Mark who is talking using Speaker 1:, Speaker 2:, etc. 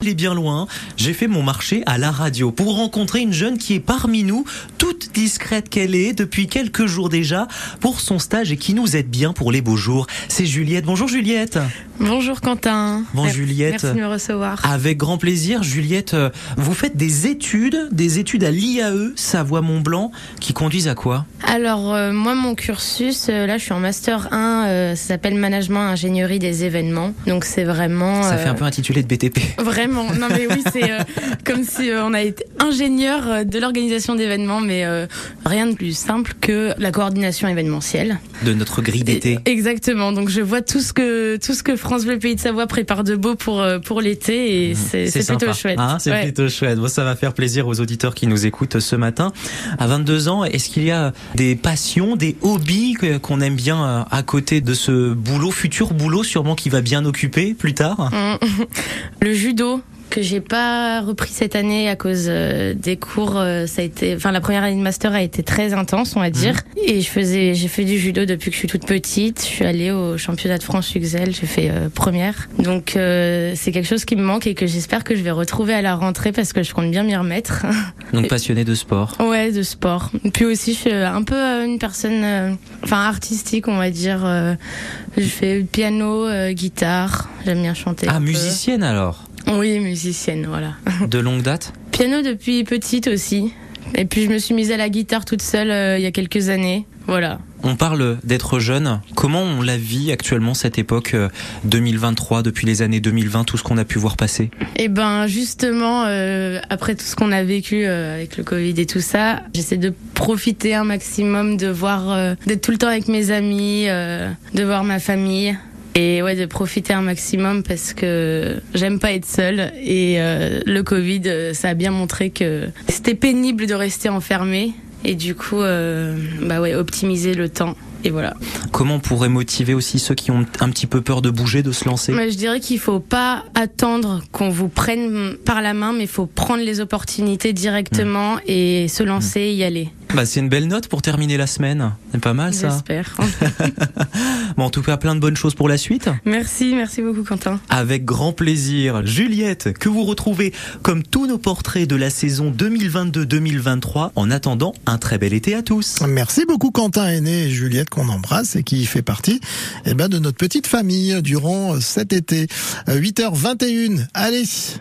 Speaker 1: allé bien loin. J'ai fait mon marché à la radio pour rencontrer une jeune qui est parmi nous, toute discrète qu'elle est depuis quelques jours déjà, pour son stage et qui nous aide bien pour les beaux jours. C'est Juliette. Bonjour Juliette.
Speaker 2: Bonjour Quentin.
Speaker 1: Bonjour Juliette.
Speaker 2: Merci de me recevoir.
Speaker 1: Avec grand plaisir, Juliette, euh, vous faites des études, des études à l'IAE Savoie-Mont-Blanc, qui conduisent à quoi
Speaker 2: Alors euh, moi mon cursus, euh, là je suis en master 1, euh, ça s'appelle management ingénierie des événements. Donc c'est vraiment...
Speaker 1: Ça
Speaker 2: euh,
Speaker 1: fait un peu intitulé de BTP.
Speaker 2: Vraiment, non mais oui, c'est euh, comme si euh, on a été ingénieur euh, de l'organisation d'événements, mais euh, rien de plus simple que la coordination événementielle.
Speaker 1: De notre grille d'été.
Speaker 2: Exactement, donc je vois tout ce que, tout ce que France Bleu Pays de Savoie prépare de beau pour, euh, pour l'été et c'est c'est plutôt
Speaker 1: sympa,
Speaker 2: chouette.
Speaker 1: hein, Mhm. c'est
Speaker 2: Ouais.
Speaker 1: plutôt chouette. Bon, ça va faire plaisir aux auditeurs qui nous écoutent ce matin. À 22 ans, est-ce qu'il y a des passions, des hobbies que- qu'on aime bien euh, à côté de ce boulot, futur boulot sûrement qui va bien occuper plus tard
Speaker 2: Mm. Le judo que j'ai pas repris cette année à cause euh, des cours, euh, ça a été, enfin la première année de master a été très intense, on va dire. Et je faisais, j'ai fait du judo depuis que je suis toute petite. Je suis allée au championnat de France Uxel, j'ai fait euh, première. Donc euh, c'est quelque chose qui me manque et que j'espère que je vais retrouver à la rentrée parce que je compte bien m'y remettre.
Speaker 1: Donc passionné de sport.
Speaker 2: ouais, de sport. Puis aussi, je suis un peu euh, une personne, euh, enfin artistique, on va dire. Euh, je fais piano, euh, guitare. J'aime bien chanter.
Speaker 1: Ah,
Speaker 2: un peu.
Speaker 1: musicienne alors
Speaker 2: Oui, musicienne, voilà.
Speaker 1: De longue date
Speaker 2: Piano depuis petite aussi. Et puis je me suis mise à la guitare toute seule euh, il y a quelques années. Voilà.
Speaker 1: On parle d'être jeune. Comment on la vit actuellement cette époque euh, 2023, depuis les années 2020, tout ce qu'on a pu voir passer
Speaker 2: Et ben justement, euh, après tout ce qu'on a vécu euh, avec le Covid et tout ça, j'essaie de profiter un maximum de voir, euh, d'être tout le temps avec mes amis, euh, de voir ma famille. Et ouais, de profiter un maximum parce que j'aime pas être seule. Et euh, le Covid, euh, ça a bien montré que c'était pénible de rester enfermé. Et du coup, euh, bah ouais, optimiser le temps. Et voilà.
Speaker 1: Comment on pourrait motiver aussi ceux qui ont un petit peu peur de bouger, de se lancer
Speaker 2: Moi, je dirais qu'il faut pas attendre qu'on vous prenne par la main, mais il faut prendre les opportunités directement et se lancer et y aller.
Speaker 1: Bah, c'est une belle note pour terminer la semaine. C'est pas mal Ah, ça.
Speaker 2: J'espère.
Speaker 1: Bon, en tout cas, plein de bonnes choses pour la suite.
Speaker 2: merci, merci beaucoup, Quentin.
Speaker 1: Avec grand plaisir, Juliette, que vous retrouvez comme tous nos portraits de la saison 2022-2023. En attendant, un très bel été à tous.
Speaker 3: Merci beaucoup Quentin Aîné et Juliette qu'on embrasse et qui fait partie eh ben, de notre petite famille durant euh, cet été. Euh, 8h21, allez